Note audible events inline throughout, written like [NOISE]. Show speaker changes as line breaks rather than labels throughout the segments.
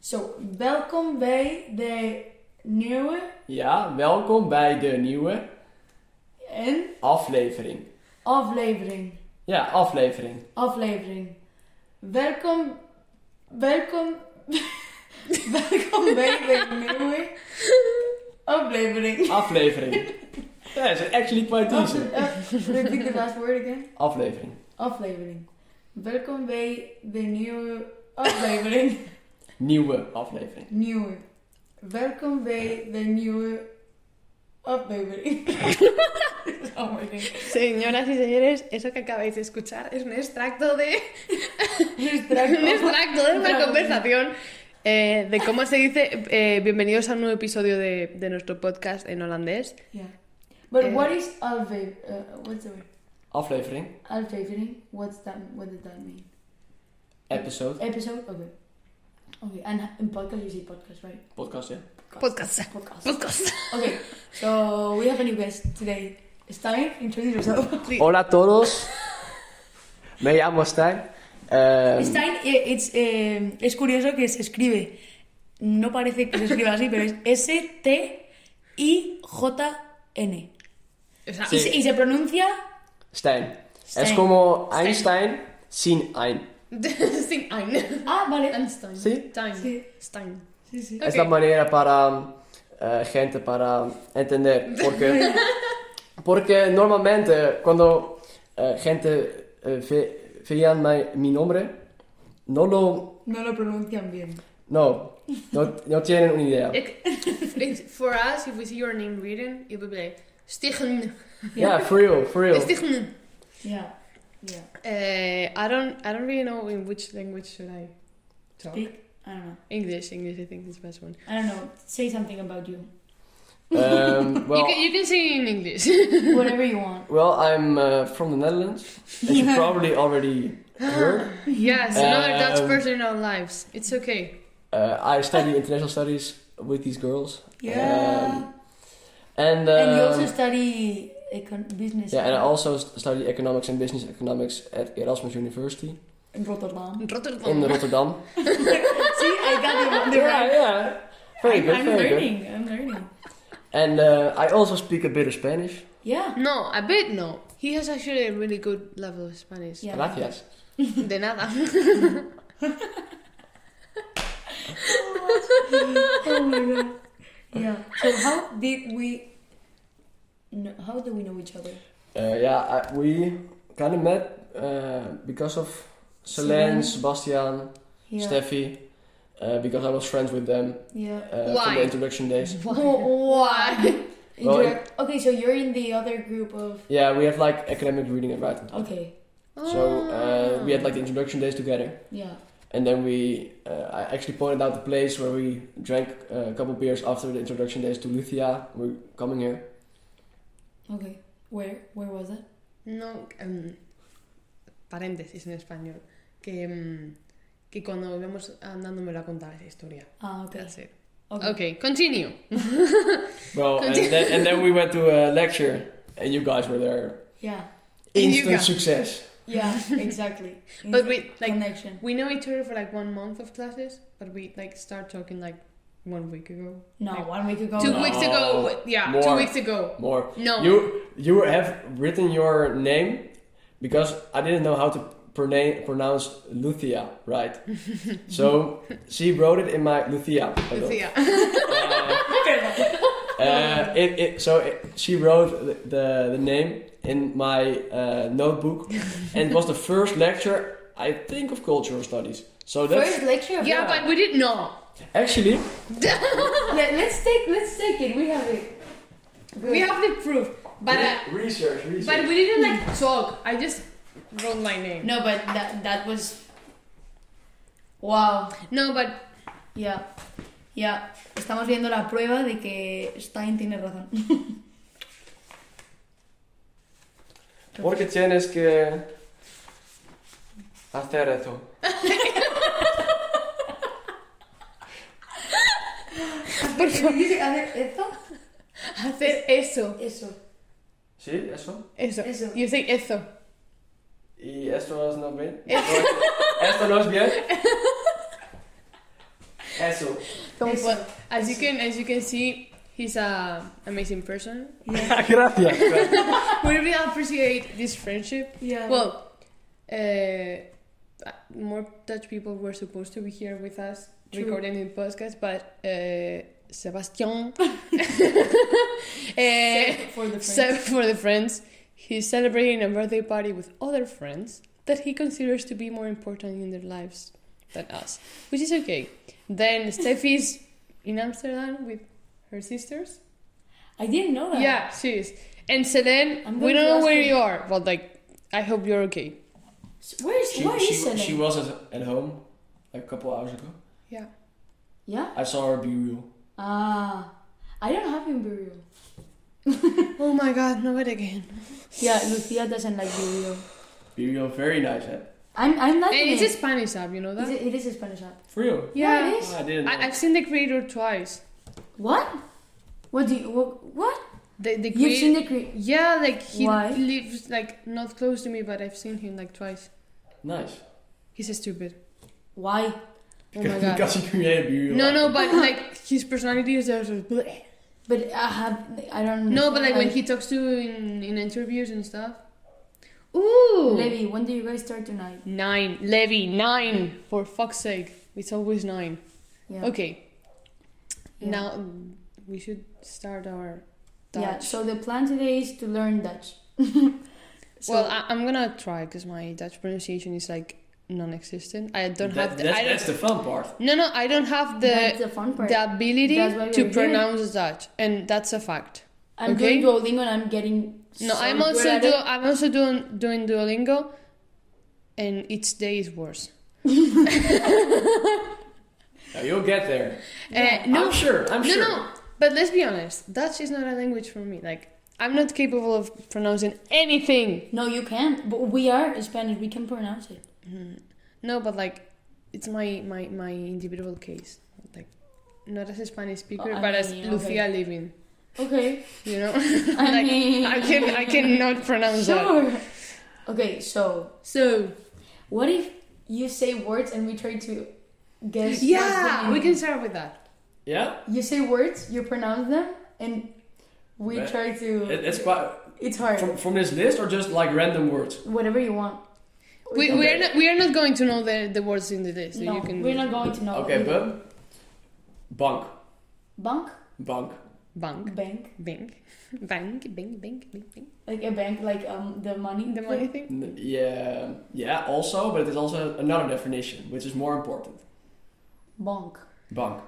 Zo, welkom bij de nieuwe
Ja, welkom bij de nieuwe
en
aflevering.
aflevering.
Ja, aflevering.
Aflevering. Welkom, welkom, [LAUGHS] welkom bij de nieuwe aflevering.
[LAUGHS] Aflevering. Dat is actually quite easy.
Af- Repeat the last word again.
Aflevering.
Aflevering. Welkom bij de nieuwe aflevering.
Nieuwe aflevering.
Nieuwe. Welkom bij de nieuwe aflevering. [LAUGHS] oh my god.
Señoras y señores, eso que acabáis de escuchar es un extracto de,
Hier is
un
Draco.
extracto de una
Draco.
conversación eh, de cómo se dice eh, bienvenidos a un nuevo episodio de, de nuestro podcast en holandés.
Yeah. But
Eh.
what is alve uh, what's the word?
Aflevering.
Alfavoring? What's that what does that mean?
Episode.
Episode? Okay. Okay, and in podcast you say podcast, right?
Podcast, ja.
Podcast.
Podcast.
Podcast.
Okay. So we have a new guest today. Stein, introduce yourself. [LAUGHS]
Sí.
Hola a todos. Me llamo Ehm, Stijn. Um,
Stein eh, it's, eh, es curioso que se escribe. No parece que se escriba así, pero es S T I J N.
O sea,
Y, se, y se pronuncia
Stijn.
Stijn.
como Einstein sin ein.
[LAUGHS] Stein. Ein.
Ah, vale.
Einstein.
Sí.
Stein.
Sí.
Stein.
Sí, sí.
Ok.
Es la manera para eh, gente para entender.
[LAUGHS]
Porque, porque normalmente cuando eh, gente eh, ve- veían mi, mi nombre, no lo...
No lo pronuncian bien.
No, no, no tienen una idea.
Ik- [LAUGHS] ik- for us, if we see your name written, it would be like Stichen.
Yeah, for real, for
[LAUGHS]
real.
Stichen.
Yeah. Yeah.
Eh, I don't, I don't really know in which language should I talk.
Speak. I don't know.
English, English, I think is the best one.
I don't know. Say something about you.
Um, well,
you, can, you can sing
[LAUGHS]
in English.
Whatever you want.
well, I'm uh, from the Netherlands, as
[LAUGHS]
you probably already heard.
yes, another Dutch
Um,
person in our lives. It's okay.
Uh, I study international studies with these girls.
Yeah.
Um, And,
and you
um,
also study econ- business
Yeah, and I also st- study economics and business economics at Erasmus University
in Rotterdam.
Rotterdam.
in Rotterdam.
See, I got the, the
yeah,
right.
yeah. Very
I'm,
good,
I'm
very good.
learning. I'm learning.
And uh, I also speak a bit of Spanish.
Yeah.
No, a bit no. He has actually a really good level of Spanish.
Yeah.
Gracias.
De nada.
Oh my god. Yeah. So how did we? No, how do we know each other?
Uh, yeah, I, we kind of met uh, because of
Selene.
Selene, Sebastian,
Yeah.
Steffi, uh, because I was friends with them
Yeah.
uh,
Why?
from the introduction days.
[LAUGHS]
Why?
Well,
Interact- okay, so you're in the other group of.
Yeah, we had like academic reading and writing.
Okay.
So uh, we had like the introduction days together.
Yeah.
And then we, uh, I actually pointed out the place where we drank uh, a couple beers after the introduction days to Luthia. We're coming here.
Okay. Where? Where was it?
No, em, paréntesis en español. Que, em, que cuando íbamos andando me lo ha contado esa historia.
Ah, okay.
That's it.
Okay.
Okay, continue.
Well, and then, and then we went to a lecture, and you guys were there.
Yeah.
You
Instant
guys.
success.
[LAUGHS] Yeah. Exactly.
But we like
connection.
we know each other for like one month of classes, but we like start talking like one week ago.
No,
like,
one week ago.
Two
No.
weeks ago, w- yeah, two
More.
weeks ago.
More.
No, [LAUGHS]
You you have written your name because I didn't know how to prona- pronounce Luthia right.
[LAUGHS]
so she wrote it in my Luthia.
Lucia. [LAUGHS]
Uh,
[LAUGHS] Perdón.
Uh, it, it, so it, she wrote the, the, the name in my uh,
[LAUGHS]
notebook and it was the first lecture I think of cultural studies. So that's
First lecture.
Yeah,
of-
but we didn't know.
actually
Let, let's take let's take it. We have it.
We have the proof, but uh,
re- research, research.
but we didn't like talk. I just wrote my name.
no, but that that was. Wow.
No, but
Yeah. Yeah. Estamos viendo la prueba de que Stein tiene [LAUGHS] razón.
Porque tienes que hacer esto.
por
¿Qué
favor,
dice? A ver, esto,
hacer eso,
eso,
Sí, eso.
eso.
Eso.
You say eso.
E, [LAUGHS] Y esto no es bien. esto no es bien. Eso.
Eso. As you can, as you can see, he's a amazing person.
[LAUGHS]
[LAUGHS]
Gracias.
[LAUGHS] We really appreciate this friendship.
Yeah.
Well, uh, more Dutch people were supposed to be here with us
True.
recording the podcast, but uh,
[LAUGHS]
Sebastian, [LAUGHS] uh,
eh, Save for the
so
friends.
for the friends, he's celebrating a birthday party with other friends that he considers to be more important in their lives than us, which is okay. Then Steffi's in Amsterdam with her sisters.
I didn't know that.
Yeah, she is. And Selene,
Ah. I'm
we
going
don't
to
know
ask
where
her.
you are, but like, I hope you're okay.
S- Where is,
She,
where
she,
is Selene?
she was at, at home a couple hours ago.
Yeah.
yeah?
I saw her burial.
Ah. I don't have him burial.
[LAUGHS] Oh my god, not it again.
Yeah, Lucia doesn't like burial.
Burial, very nice eh? app.
I'm, I'm not
And it's a Spanish app, you know that?
It is a Spanish app.
For real? Oh,
What it is?
I didn't.
I,
know.
I've seen the creator twice.
What? What do you... What? what?
The, the
You've
crea-
seen the... Cre-
Yeah, like he
Why?
lives like not close to me, but I've seen him like twice.
nice.
He's a stupid.
Why?
Oh
[LAUGHS]
my
Because-
god.
because she created burial.
No, no, but like his personality is just bleh.
But I have... I don't...
no, but like when
I-
he talks to in in interviews and stuff. Ooh,
Levi, when do you guys start tonight?
nine, Levy nine. For fuck's sake, it's always nine.
Yeah.
Okay,
Yeah.
now mm, we should start our. Dutch.
Yeah, so the plan today is to learn Dutch. [LAUGHS] So-
well, uh, I, I'm gonna try because my Dutch pronunciation is like non-existent. I don't
That-
have. The,
that's,
I don't,
that's the fun part.
No, no, I don't have
that's
the
the fun part.
the ability
That's why we're
to
here.
pronounce Dutch, and that's a fact.
I'm
okay.
doing Duolingo and I'm getting.
No,
so
I'm
good
also
at
do,
it.
I'm also doing doing Duolingo, and each day is worse.
Yeah, you'll get there.
Uh, no,
I'm sure. I'm
no,
sure.
no. But let's be honest, Dutch is not a language for me. Like I'm not capable of pronouncing anything.
No, you can't. But we are Spanish. We can pronounce it.
Mm-hmm. No, but like it's my my my individual case. Like not as a Spanish speaker,
Oh, I
but as
mean,
Lucia living.
Okay. [LAUGHS]
You know, [LAUGHS]
I
like
mean-
I can I cannot pronounce that.
Sure. Okay, so
So
what if you say words and we try to guess?
yeah,
what
we
they
can
mean?
start with that.
Yeah,
You say words. You pronounce them, and we
But
try to.
it, it's quite
it's hard.
from, from this list or just like random words.
Whatever you want.
We, we are not we are not going to know the, the words in the list. So
No,
you can
we're not going to know.
okay, but bank,
bank,
bank,
bank [LAUGHS]
bank,
bang bang bang bang bang bang
like a bank, like um the money.
the money thing.
N- yeah, yeah. Also, but it is also another definition, which is more important.
Bank.
Bank.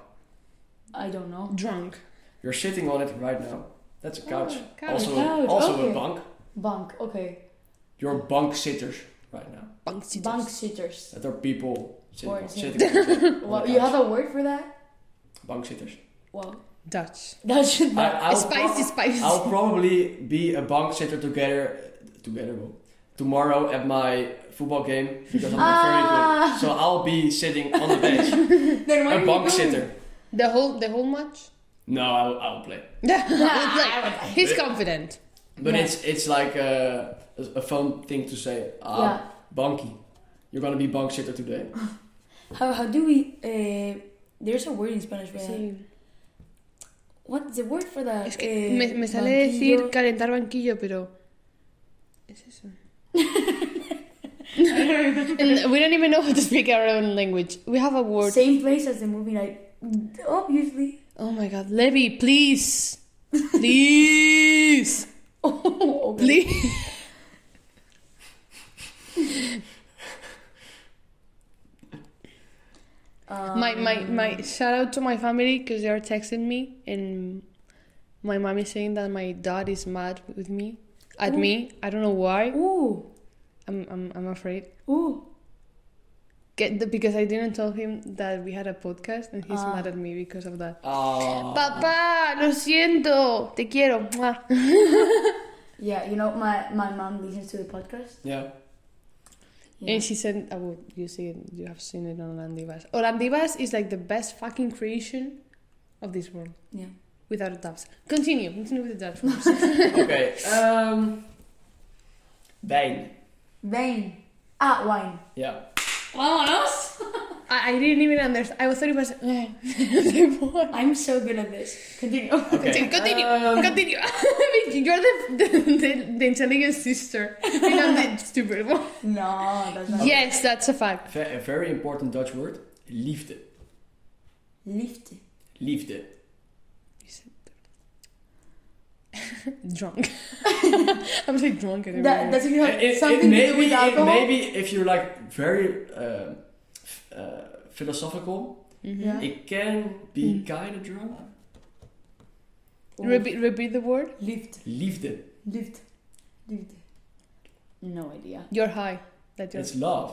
I don't know.
Drunk.
You're sitting on it right now. That's a couch.
Oh, couch.
Also,
Couch,
also
okay.
a bank.
Bank. Okay.
You're bank sitters right now.
Bank sitters.
Bank sitters.
That are people sitting,
Or
on,
sit-
sitting on the-
[LAUGHS]
on
Well,
the
you
couch.
have a word for that?
bank sitters.
Well, [LAUGHS]
Dutch.
that should
I,
not.
I'll
spicy
[LAUGHS]
spicy.
I'll probably be a bank sitter together together well, tomorrow at my football game because I'm not very
Ah.
good. So I'll be sitting on the
[LAUGHS]
bench,
Then why are
a
you
bank
going?
sitter.
The whole the whole match.
No, I will, I will play.
[LAUGHS] like, he's confident.
But
Yeah.
it's it's like a, a fun thing to say. Ah,
Yeah.
banky, you're gonna be bank sitter today.
How, how do we. Uh, there's a word in Spanish for that.
Sí.
What's the word for that?
Es que
Eh,
me, me sale
banquillo.
decir calentar banquillo, pero es
[LAUGHS]
eso. And we don't even know how to speak our own language. We have a word.
Same place as the movie night. Obviously.
[LAUGHS] Oh my god, Levy, please.
[LAUGHS]
Please.
Oh, okay.
please.
Um,
My, my, my shout out to my family because they are texting me and my mom is saying that my dad is mad with me. At
Ooh.
me. I don't know why.
Ooh.
I'm, I'm, I'm afraid.
Ooh.
Get the, because I didn't tell him that we had a podcast and he's
Ah.
mad at me because of that.
Ah,
Papá, lo siento. Te quiero. Mwah.
Yeah, you know, my, my mom listens to the podcast.
yeah.
Yeah.
And she said, "I would. You see, it, you have seen it on Landivas. Or Landivas is like the best fucking creation of this world,
yeah.
without a doubt. Continue, continue with the
[LAUGHS]
Dutch words.
Okay. Um, wijn.
Wijn. Ah, wine.
Yeah.
Vámonos.
I, I didn't even understand. I thought it was. "Eh." Continue,
I'm so good at this. Continue.
[LAUGHS] continue,
Um,
continue. [LAUGHS] You're the, the, the, the intelligent sister, and I'm the stupid one.
No, that's not.
Yes, that's a fact.
Ve- a very important Dutch word. Liefde.
Liefde.
Liefde.
You said [LAUGHS] drunk. [LAUGHS] I'm like drunk at every
That,
moment.
does it
Uh,
have
it- it
something
may
to do
be-
with
it
alcohol?
may be if you're like very um, f- uh, philosophical,
Mhm.
Yeah.
it can be
Hmm.
Mm.
kind of drunk.
Repeat, repeat the word.
Lift.
Liefde.
Lift. Lift. No idea.
You're high. That you're
It's love.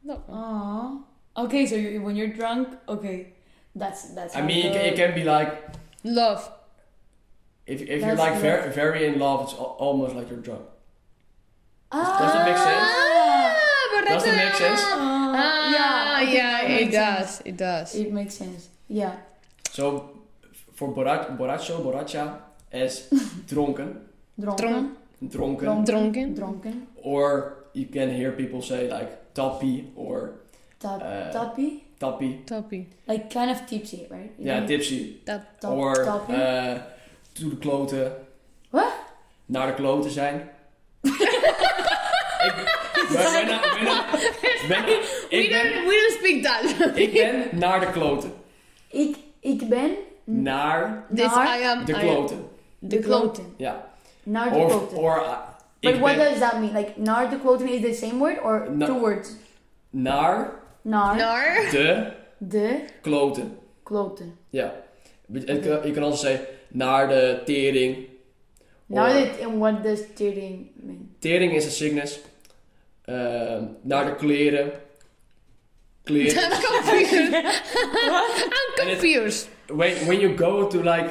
no.
Aww. Ah. Okay, so you, when you're drunk, okay, that's that's.
I
how
mean, it, ca-
the-
it can be like
love.
if, if you're
That's
like
love.
very, very in love, it's al- almost like you're drunk.
Ah,
doesn't make sense.
Ah, but that's
Doesn't make sense.
Ah,
Ah,
yeah, okay,
yeah,
that
it
makes sense.
does. It does.
It makes sense. Yeah.
So f- for borra- borracho, borracha is
[LAUGHS]
dronken,
Dronken.
dronken,
Dronken.
Dronken.
Dronken.
or you can hear people say like tappy or
Tap,
Uh,
tappy.
tappy.
Toppy.
Like kind of tipsy, right? You
Yeah,
know?
tipsy.
Tap.
Tap-
or
tappy.
eh, to de kloten.
Wat?
Naar de kloten
[LAUGHS]
zijn. ik, maar ben, ben, ben,
We
ik, ben,
don't. We don't speak Dutch.
ik ben naar de kloten.
ik, ik ben
Naar
[LAUGHS] This
Naar
I am.
de
I am.
kloten.
The kloten.
Ja.
Naar de
Of,
kloten.
or, eh,
But
ik
what
ben
does that mean? Like naar de kloten is the same word or
Na-
two words?
naar
Naar
Nar.
de
de
kloten.
kloten.
Ja. En je kan- je kan altijd zeggen naar de tering.
Naar
Or-
de and what does tearing mean?
Tering is een sickness. Ehm, naar de kleren. Kleren.
[LAUGHS] I'm confused. I'm
And it's-
confused.
when, when you go to like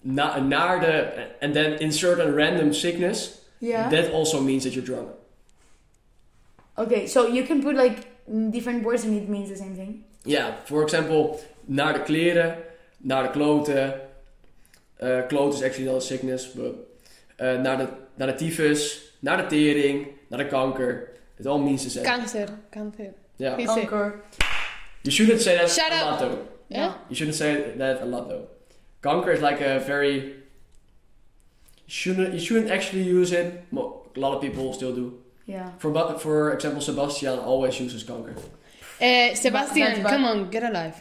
na, naar de and then insert a random sickness,
Yeah.
that also means that you're drunk.
okay, so you can put like different words and it means the same thing.
Yeah, for example, naar de kleren, naar de kloten. Eh kloten is actually not a sickness, but eh, naar, de, naar de tyfus, naar de tering, naar de kanker. It all means the same.
Cancer. Cancer.
yeah.
Is it-
Conquer.
You shouldn't say that
Shut
a
up.
lot though.
Yeah.
You shouldn't say that a lot though. Kanker is like a very shouldn't you shouldn't actually use it. Well, a lot of people still do.
Yeah.
For bu- for example, Sebastian always uses kanker.
Uh, Sebastian,
That's bad.
come on, get alive.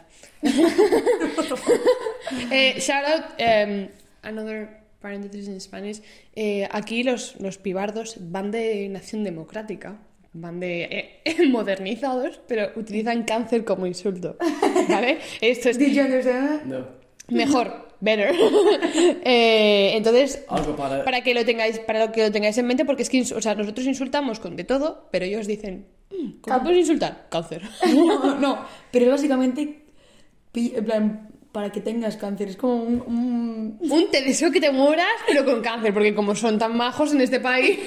Eh, shout out, um, another parenthesis in Spanish. Eh, aquí los, los pibardos van de nación democrática, van de eh, [LAUGHS] modernizados, pero utilizan cáncer como insulto. ¿Vale? Esto es
Did you understand [LAUGHS] that?
No,
mejor, better. [LAUGHS] Eh, entonces,
algo para.
para que lo tengáis para lo que lo tengáis en mente porque es que ins- o sea, nosotros insultamos con de todo pero ellos dicen "Mm, ¿cómo
Cáncer.
puedes insultar? cáncer
no, no, pero es básicamente pi- en plan para que tengas cáncer, es como un, un-
un te deseo que te mueras pero con cáncer porque como son tan majos en este país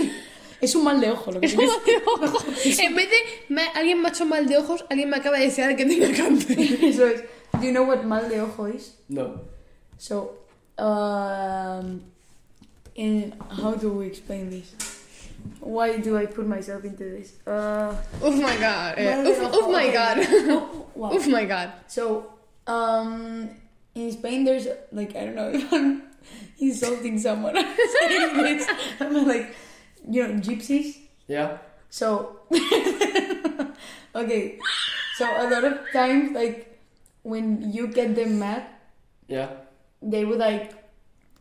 es un mal de ojo lo que
es como de ojo en vez de "Me- alguien me ha hecho mal de ojos alguien me acaba de desear que tenga cáncer
[LAUGHS] Eso es. Do you know what mal de ojo is?
No,
So, um, in how do we explain this? Why do I put myself into this? Uh,
oh my god eh,
mal de
uf,
ojo.
uf my
[LAUGHS]
god
Oh, wow.
[LAUGHS] uf my god
So, um, in Spain, there's like I don't know [LAUGHS] if I'm insulting someone. [LAUGHS] I'm saying this. I'm like, you know, gypsies.
yeah,
So, [LAUGHS] okay. So a lot of times, like when you get them mad,
yeah,
they would like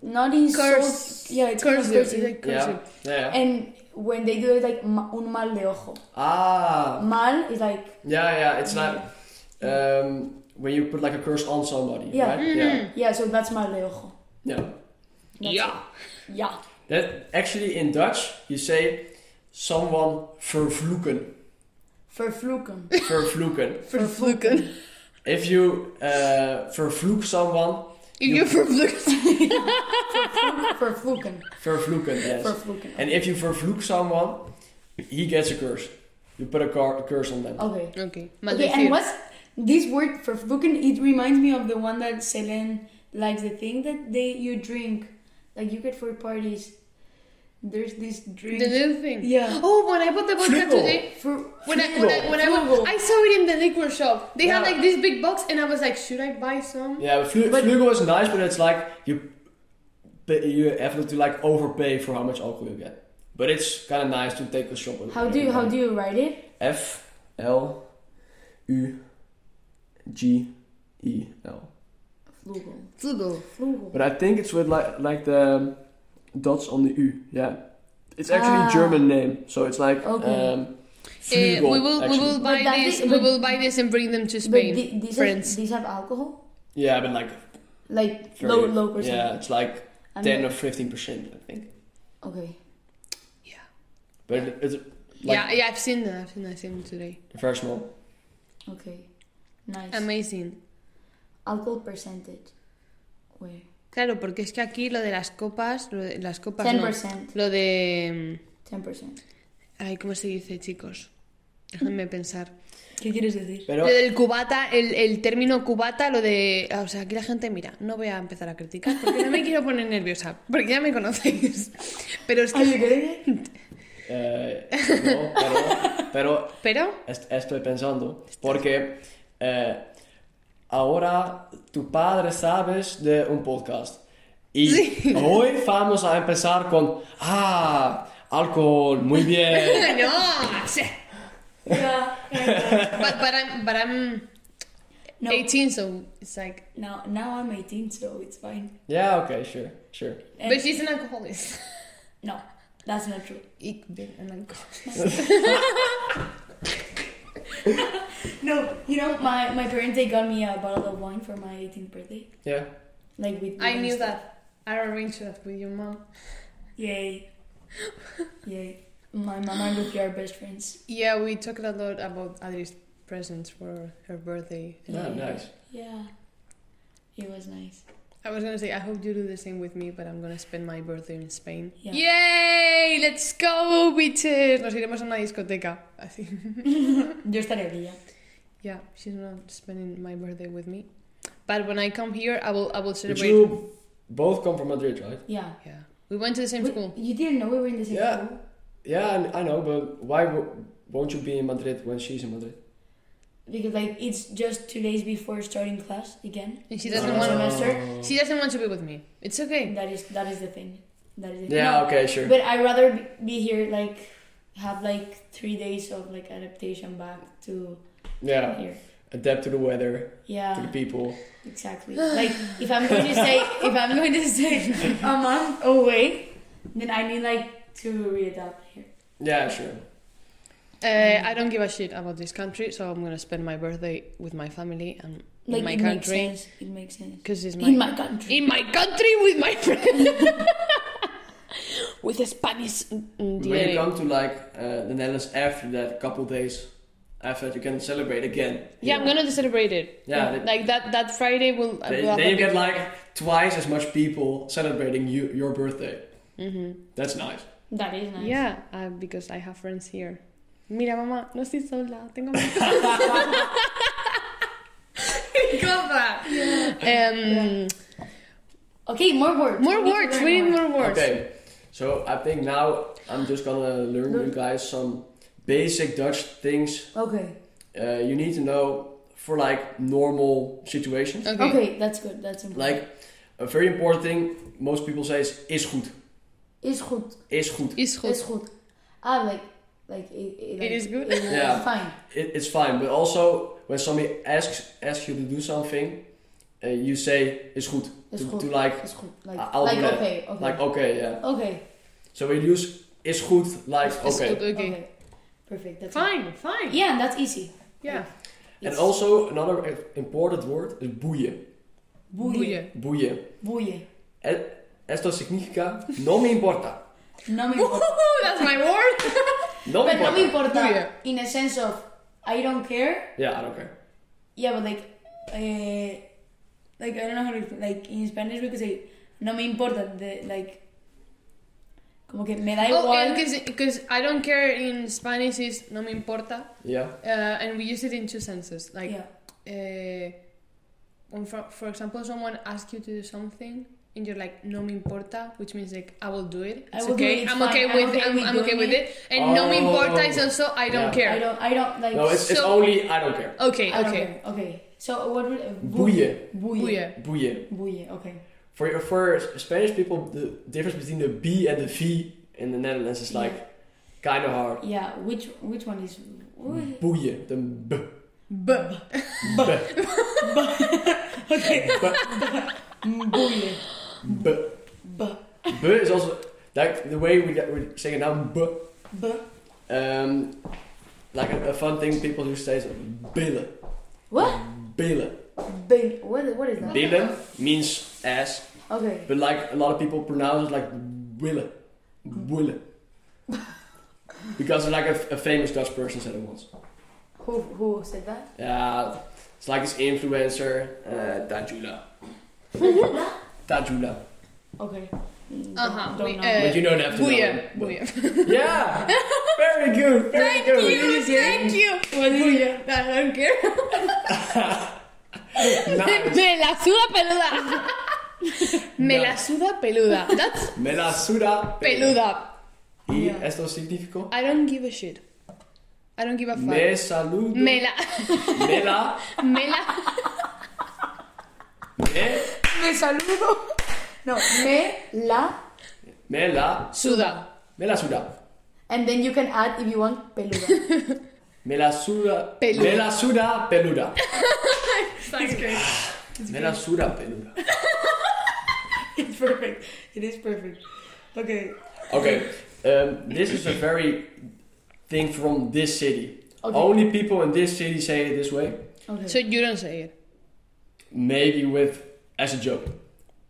not insult.
Curse.
Yeah, it's
curse
curse.
you, it's like curse
yeah,
you.
yeah, yeah.
And when they do it, like ma- un mal de ojo.
Ah,
Mal is like
yeah, yeah. It's like um, when you put like a curse on somebody,
Yeah.
right?
Mm-hmm.
Yeah,
yeah. So that's mal de ojo.
yeah.
That's
Yeah.
it. Yeah.
That actually in Dutch you say someone vervloeken,
[LAUGHS]
Vervloeken.
vervloeken.
Vervloeken.
If you uh, vervloek someone,
Y yo vervloeken.
Vervloeken.
vervloeken, yes.
Vervloeken.
And if you vervloek someone, he gets a curse. You put a, car- a curse on them.
Okay.
ok
Okay, and
maldecir
what's this word for Fuken? It reminds me of the one that Selene likes, the thing that they you drink, like you get for parties. There's this drink.
The little thing.
Yeah.
Oh, when I bought the vodka
Frugal.
today,
Fru-
when I when I when I,
Frugal.
I saw it in the liquor shop. They had
Yeah.
like this big box, and I was like, should I buy some?
Yeah, Flu-
But-
Flugo is nice, but it's like you pay, you have to like overpay for how much alcohol you get. But it's kind of nice to take a shot. with-
How do you, how do you write it?
F L U G E L.
Frugal.
Flugo.
Frugal.
But I think it's with like like the dots on the U. Yeah, it's actually
Ah.
German name, so it's like
Okay. Eh,
um,
Eh, we
Flugel,
will we
actually.
will buy
But that
this
is-
we
but-
will buy this and bring them to
But
Spain.
thi- these,
friends.
Have, these have alcohol?
Yeah, but like
Like
very-
low, low
Yeah,
percentage.
it's like
I
ten
mean-
or fifteen percent, I think.
Okay.
But it- it's
yeah,
like
yeah, I've seen that. I've seen that seen today.
very small.
Okay. Nice.
Amazing.
alcohol percentage. Where?
Claro, porque es que aquí lo de las copas, lo de las copas no.
10%.
Lo de mm,
10%.
ay, ¿cómo se dice, chicos? Déjenme pensar.
¿Qué quieres decir?
Pero
Lo del cubata, el, el término cubata, lo de. ah, O sea, aquí la gente, mira, no voy a empezar a criticar porque no me quiero poner nerviosa, porque ya me conocéis. Pero es
Are you
que.
[LAUGHS] getting it?
eh, no, pero, pero
Pero. [LAUGHS]
Est- estoy pensando, porque eh, ahora tu padre sabes de un podcast. Y hoy vamos a empezar con, ah, alcohol, muy
[LAUGHS]
bien.
¡No! sí. But, but I'm, but I'm
No.
18, mm, so it's like.
Now, now I'm 18, so it's fine.
Yeah, okay, sure, sure.
And-
But she's an alcoholic.
No, that's not true.
Ik ben an alcoholic.
No, you know, my, my parents, they got me a bottle of wine for my 18th birthday.
Yeah.
Like with
I
wine
knew
stuff.
that. I arranged that with your mom. [LAUGHS]
Yay. Yay. My mom and Luffy are best friends.
Yeah, we talked a lot about Adri's presents for her birthday.
Yeah, nice.
Yeah. It was nice.
I was gonna say, I hope you do the same with me, but I'm gonna spend my birthday in Spain.
Yeah.
Yay! Let's go, bitches! Nos iremos a una discoteca. Así.
Yo estaré brilla.
Yeah, she's not spending my birthday with me. But when I come here, I will. I will
But
celebrate.
you both come from Madrid, right?
Yeah.
Yeah, we went to the same
Wait,
school.
You didn't know we were in the same
Yeah.
school?
Yeah, and I know, but why w- won't you be in Madrid when she's in Madrid?
Because, like, it's just two days before starting class again.
And she
This
Oh.
doesn't
one
want.
semester.
She doesn't want to be with me. It's okay.
That is that is the thing. That is the
Yeah,
thing.
okay, sure.
But I'd rather be- be here, like, have, like, three days of, like, adaptation back to
Yeah,
here.
adapt to the weather, to the
Ah.
Yeah,
people.
exactly. Like, if I'm going to stay, if I'm going to stay a month away, then I need, like, to readapt here.
Yeah, sure.
Mm.
Uh, I don't give a shit about this country, so I'm gonna spend my birthday with my family and
Like,
in my
it
country
Makes sense. It makes sense.
because it's
In my country.
in my country with my friends
[LAUGHS]
with a Spanish
mm,
When you
DNA.
come to like uh, the Netherlands after that couple days, after that you can celebrate again.
Yeah, I'm gonna celebrate it.
Yeah, that-
like that. That Friday will. uh,
Then,
will
then you get like twice as much people celebrating you, your birthday.
hmm
That's nice.
That is nice.
Yeah, uh, because I have friends here. Mira, mamá, no estoy sola. Tengo amigos. um,
[LAUGHS] Okay, more words.
More
need to
words.
learn
We need more words.
Okay, so I think now I'm just gonna learn you guys some basic Dutch things
Okay.
uh, you need to know for like normal situations.
Okay.
okay. that's good. That's important.
Like a very important thing most people say is is goed.
is goed.
Is goed.
Is goed.
Is goed. Ah, like, like it. It,
It is good?
It,
Yeah.
It's fine.
It, it's fine, but also when somebody asks asks you to do something, uh, you say is goed.
Is
to,
goed.
to like
It's good. Like,
I'll
like
do that.
okay, okay,
like okay yeah.
okay,
So we use is goed like
Is
okay.
goed, okay.
okay. Perfect. That's
Fine, fine.
Yeah, and that's easy.
Yeah.
And
It's
also another i- important word is boeien.
boeien.
Boeien.
Boeien.
E- Esto significa no me importa.
No
[LAUGHS]
me importa.
Woohoo, That's my word.
No me
but no me
importa.
importa.
Boeien.
In a sense of I don't care.
Yeah, I don't care.
Yeah, but like, uh, like I don't know how to like in Spanish we could say no me importa. The, like, como que me da igual.
Oh, because I don't care in Spanish is no me importa,
Yeah.
uh, and we use it in two senses. Like,
yeah.
uh, when for, for example, someone asks you to do something, and you're like no me importa, which means like I will do it.
I
It's
will do
okay.
it, it's
I'm
fine,
okay
I'm
with
okay
I'm,
with
I'm okay
doing
with
it.
it. And no me
Oh.
importa is also I don't
Yeah.
care.
I don't, I don't, like...
No, it's, it's
So-
only I don't care.
Okay,
I don't
okay.
care. Okay. So what would... Uh,
Boeien.
Buye.
Buye.
Boeien.
Buye, okay.
For, for Spanish people, the difference between the B and the V in the Netherlands is like kind of hard.
Yeah, which which one is...
Boeien. The B.
[LAUGHS] B.
B.
Okay.
B.
[LAUGHS] Buye.
B.
B.
B is also like the way we get, we say it now. B.
B.
Um, like a, a fun thing people who say is billen.
What?
Billen.
B. What, what is that?
Billen means ass,
Okay.
but like a lot of people pronounce it like willen, willen. because like a, a famous Dutch person said it once.
Who, who said that?
Yeah, it's like this influencer, uh, Tajula. Tajula.
Okay.
Uh-huh,
Don't
we-
know.
uh,
But you don't have to know.
Booyah,
it, but-
booyah.
Yeah! Very good, very good.
you, thank [LAUGHS] you.
Booyah.
I don't care.
Nice.
[LAUGHS] Me la suda peluda. Me la suda peluda. That's
Me la suda
peluda.
¿Y
Yeah.
esto significa?
I don't give a shit. I don't give a fuck.
Me saludo.
Me la
Me la.
me la
Me,
Me saludo. No, me, la,
me la.
suda.
Me la suda.
and then you can add if you want peluda.
Me la suda.
Peluda.
Me la suda peluda.
Sounds great.
Me la suda peluda.
[LAUGHS] it's perfect. It is perfect. Okay.
Okay, um, this is a very thing from this city.
Okay.
Only people in this city say it this way.
Okay.
So you don't say it.
Maybe with as a joke.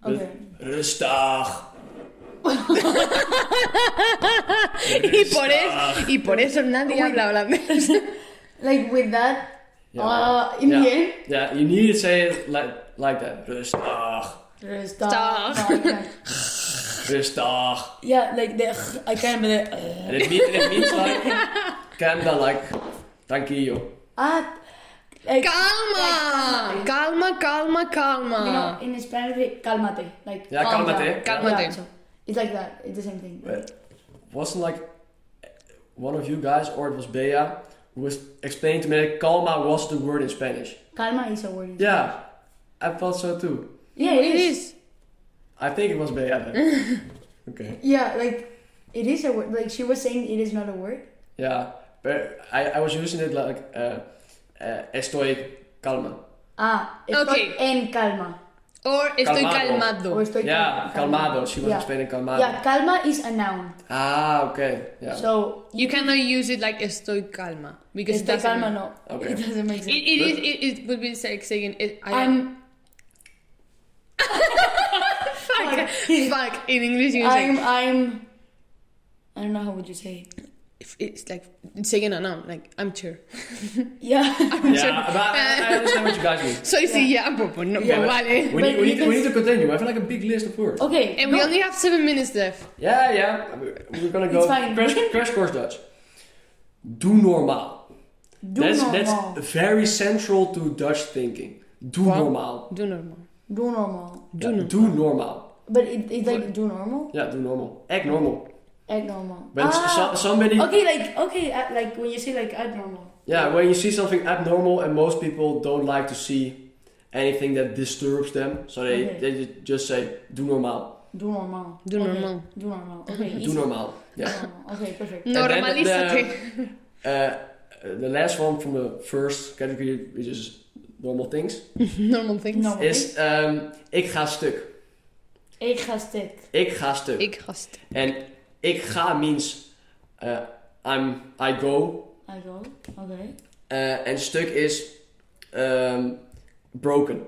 But
Okay.
Rustig.
Y por eso y por eso nadie habla
[LAUGHS]
holandés.
like with that,
Yeah.
Ah,
uh, in
yeah.
the end.
Yeah, you need to say it like like that. Rustig.
Rustig.
Stop.
No, I can't.
Rustig.
yeah, like the g- I can't. But the, uh,
And it means, it means like kinda like tranquillo.
ah, like,
Calma, calma, calma,
you know,
calma.
in Spanish, they- calmate. Like
Yeah,
calm down.
calmate.
Calmate.
Yeah, so it's like that. It's the same thing.
But wasn't like one of you guys, or it was Bea, who was explaining to me that calma was the word in Spanish.
Calma is a word. in-
Yeah, I thought so too.
Yeah, it is.
I think it was Bea. Then.
[LAUGHS]
okay.
Yeah, like it is a word. Like she was saying, it is not a word.
Yeah, but I, I was using it like uh, uh, estoy calma.
Ah, estoy
Okay.
en calma.
Or estoy
Calmado.
Or
calmado.
estoy
Yeah, calmado. She was
Yeah.
explaining calmado.
Yeah, calma is a noun.
Ah, okay. Yeah.
[LAUGHS] So
You cannot use it like estoy calma because it
estoy
doesn't.
calma no.
Okay.
[LAUGHS] It doesn't make
It,
sense.
it is. It, it would be like saying it, I am.
I'm
[LAUGHS] Fuck. Fuck. In English, you say
I'm I'm I don't know how would you say it. [LAUGHS]
if it's like saying a noun. Like I'm sure. [LAUGHS]
Yeah.
yeah, but I, I understand what you guys mean.
So it's yeah. yeah but no,
Yeah,
but
but
[LAUGHS] vale.
But
We need,
you
we, need,
can
we
s-
need to continue. I have like a big list of words.
okay.
And
no,
we only have seven minutes left.
Yeah, yeah. We're gonna go
It's fine.
Crash, crash course Dutch. Do normaal.
do
that's
normal.
that's very central to Dutch thinking. Do
Wow.
normaal.
Do normal.
do normal.
Do
Yeah,
normaal.
do normaal.
But it, it's like do normal,
Yeah, do normal. Act normal.
act normal.
When s-
ah,
so- somebody,
okay, like okay, uh, like when you say like act normal.
yeah, when you see something abnormal, and most people don't like to see anything that disturbs them, so they,
Okay.
they ju- just say do normaal.
Do normal.
Do
okay.
normal.
Do normal. Okay.
Do
easy.
normal. Yeah.
Normal. Okay, perfect.
then the-
Normalízate.
Uh, the last one from the first category, which is normal things,
[LAUGHS] Normal things.
No.
is um, ik ga stuk.
Ik ga stuk.
Ik ga stuk.
Ik hast.
En ik ga means eh, I'm, I go.
I go. Okay.
Eh, en stuk is ehm, broken.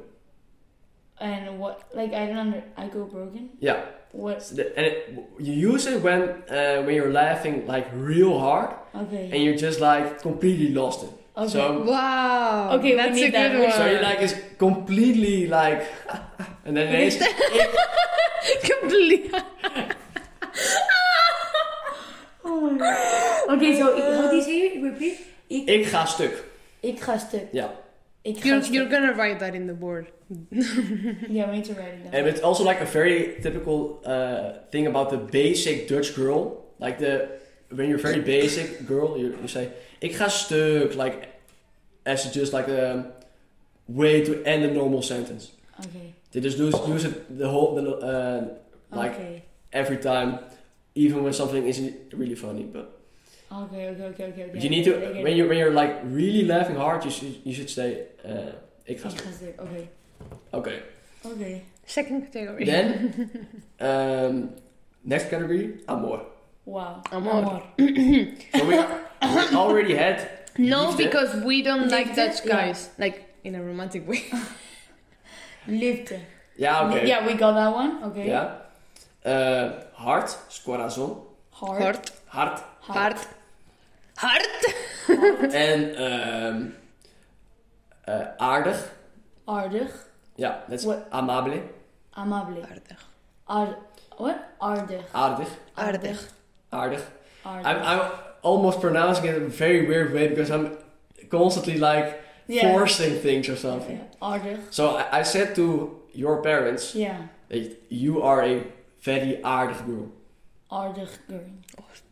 And what? Like I don't under. I go broken.
Ja.
What?
De- En it- you use it when, eh, when you're laughing like real hard.
Okay.
And you're just like completely lost it.
Okay.
So,
Wow.
Okay, we
that's
need
a
that.
good one.
Oh. so you're like is completely like... [LAUGHS] en dan ineens... ik-
[LAUGHS]
[LAUGHS]
Complete.
Oh my god. Okay, so how do you say it? Repeat. Ik,
ik ga stuk.
ik ga stuk.
Ja.
Ik
You're,
ga
you're gonna write that in the board.
Yeah, we need to write it down.
And it's also like a very typical uh, thing about the basic Dutch girl. Like the when you're very basic girl, you, you say ik ga stuk. Like as just like a way to end a normal sentence.
Okay.
They just use, use it the whole the, uh, like
okay.
every time, even when something isn't really funny. But
Okay, okay, okay, okay. okay.
you need to when you when you're like really laughing hard, you should you should say uh, ik
[LAUGHS]
ga stuk.
Fantastic. Okay.
Okay.
Okay.
Second category.
Then um, next category amor.
Wow.
Amor.
So we, we already had.
no,
Liefde.
because we don't like
Liefde?
Dutch
Yeah.
guys. Like in a romantic way.
Liefde.
Yeah, okay.
Yeah, we got that one. Okay.
Yeah. Uh, heart, corazón,
Hard.
[LAUGHS] Heart.
heart,
Heart. Heart.
and um, uh, aardig.
Aardig.
Yeah, that's
What?
amable,
Amable. Aard. What? Aardig.
aardig,
Aardig.
aardig.
Aardig.
I'm, I'm almost pronouncing it in a very weird way because I'm constantly like forcing things or something.
Yeah. Aardig.
So I, I said to your parents
Yeah.
that you are a very aardig girl.
Aardig girl.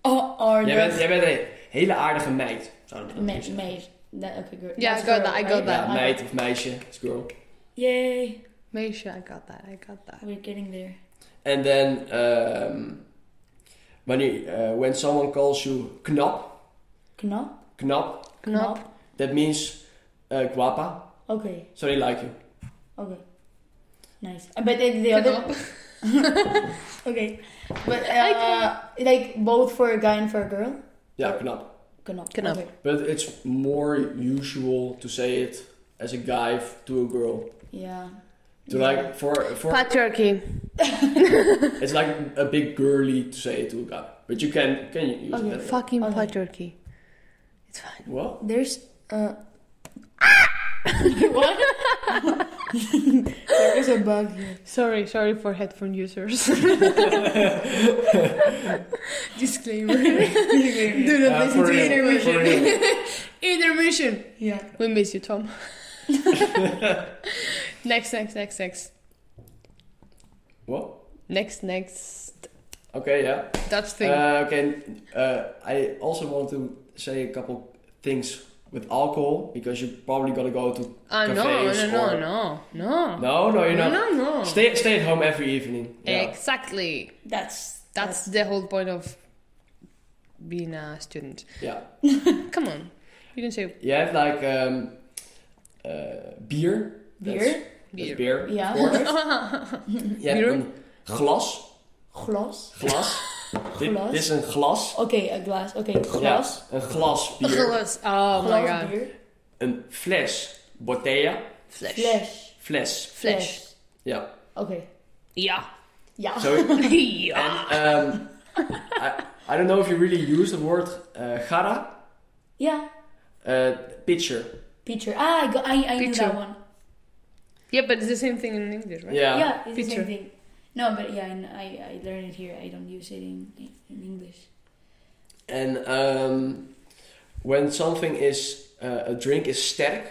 Oh, aardig.
Jij bent, jij bent een hele aardige meid. Zou ik dat
Me-
zeggen.
meid. That, okay, girl.
Yeah,
That's
I got
girl,
that, I
right?
got that.
Ja, meid of meisje, it's girl.
Yay. Oh,
Meisha, I got that. I got that.
We're getting there.
And then um, when you, uh, when someone calls you knap,
Knap.
knap,
Knop.
that means uh, guapa,
Okay.
so they like you.
Okay. Nice. Uh, But the, the other
Knop.
[LAUGHS]
[LAUGHS]
Okay. But
I
uh, like both for a guy and for a girl?
Yeah, knap.
Knap.
Knap.
Okay.
But it's more usual to say it as a guy f- to a girl.
Yeah.
To
yeah.
like for for
Patriarchy.
it's like a big girly to say it to a guy, but you can can you use
Okay,
that?
Fucking
Okay.
patriarchy. It's fine.
Well,
There's uh
[LAUGHS]
what? [LAUGHS] there is a bug here.
[LAUGHS] Sorry, sorry for headphone
[LAUGHS]
users. Disclaimer.
[LAUGHS]
Do not
Uh,
listen
for
to
real,
intermission.
for real.
intermission.
Yeah.
We miss you,
[LAUGHS]
Tom. next, next, next, next.
what?
Next, next.
Okay, yeah.
Dutch thing.
Uh, okay. Uh, I also want to say a couple things with alcohol because you're probably gonna go to.
Ah, no, no,
cafes
no,
or-
no, no.
No, no, you're
no,
not.
no, Oh. no.
Stay, stay at home every evening. Yeah.
Exactly.
That's
That's the whole point of being a student.
yeah.
Come on. You can say
You have like um, uh, beer. That's-
beer.
That's
beer.
beer.
Yeah. [LAUGHS]
Je hebt
Beer.
een
[LAUGHS]
glas.
Glas.
Glas. Dit,
Glas.
dit is een glas.
Okay, a glass. Okay, glas.
Ja, een glas
A
bier.
glass. Oh my
Glas
god.
beer.
Een fles. Botella.
Flesh.
Flesh.
Fles.
Flesh.
Ja.
Okay. [LAUGHS]
Yeah. [LAUGHS]
Yeah.
Zo,
yeah.
And um, I, I don't know if you really use the word uh, gara,
yeah.
uh, pitcher.
Picture. Ah, I, got, I, I knew
Picture.
that one.
Yeah, but it's the same thing in English, right?
Yeah.
Yeah, it's the
Picture.
same thing. No, but yeah, and I, I learned it here. I don't use it in, in English.
And um, when something is uh, a drink is sterk,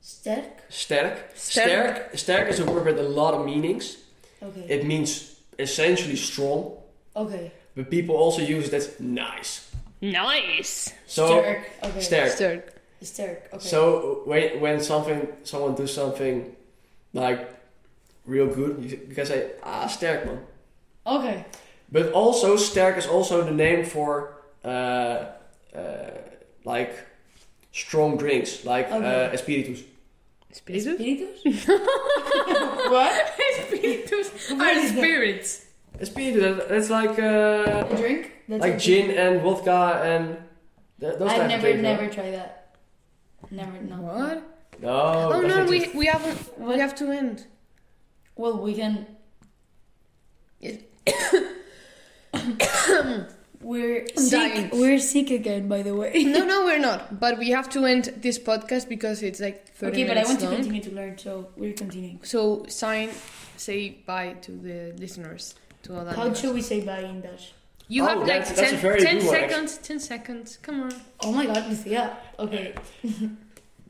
Sterk.
sterk,
Sterk.
sterk, sterk is a word with a lot of meanings.
Okay.
It means essentially strong,
okay.
but people also use that nice.
Nice.
So
Sterk. Okay.
sterk.
Stirk.
Sterk. Okay.
So when when something someone does something like real good, you can say ah sterk man.
okay.
But also, sterk is also the name for uh, uh, like strong drinks, like
Okay.
uh, espiritus.
Spiritus?
Spiritus?
What? [LAUGHS] Spiritus
What
are
is that?
spirits.
Espiritus, it's like uh,
A drink? That's
like
a
gin
drink.
and vodka and th- those
I've
type
never,
of drinks.
never tried that. Never, no.
What?
no? No.
Oh
because
no,
it's
we
just-
we haven't we have to end.
Well, we can.
It-
[COUGHS] we're
I'm dying.
sick. We're sick again, by the way. [LAUGHS]
No, no, we're not. But we have to end this podcast because it's like thirty
Okay, but I
minutes
want to
long.
continue to learn, so we're continuing.
So sign, say bye to the listeners, to all that.
How should we say bye in Dutch?
You
Oh,
have like
that's- that's a
10,
very
10
good one,
seconds. Ten seconds. Come on.
Oh my god, Lucia. Okay.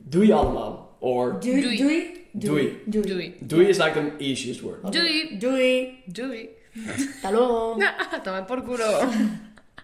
doei allemaal. Or
Doei.
Doei.
Doei.
Doei.
Doei.
Dewey.
doei is like the easiest word.
Dewey.
Doei.
Dewey.
Hasta luego.
[LAUGHS]
[LAUGHS]
Toma por culo.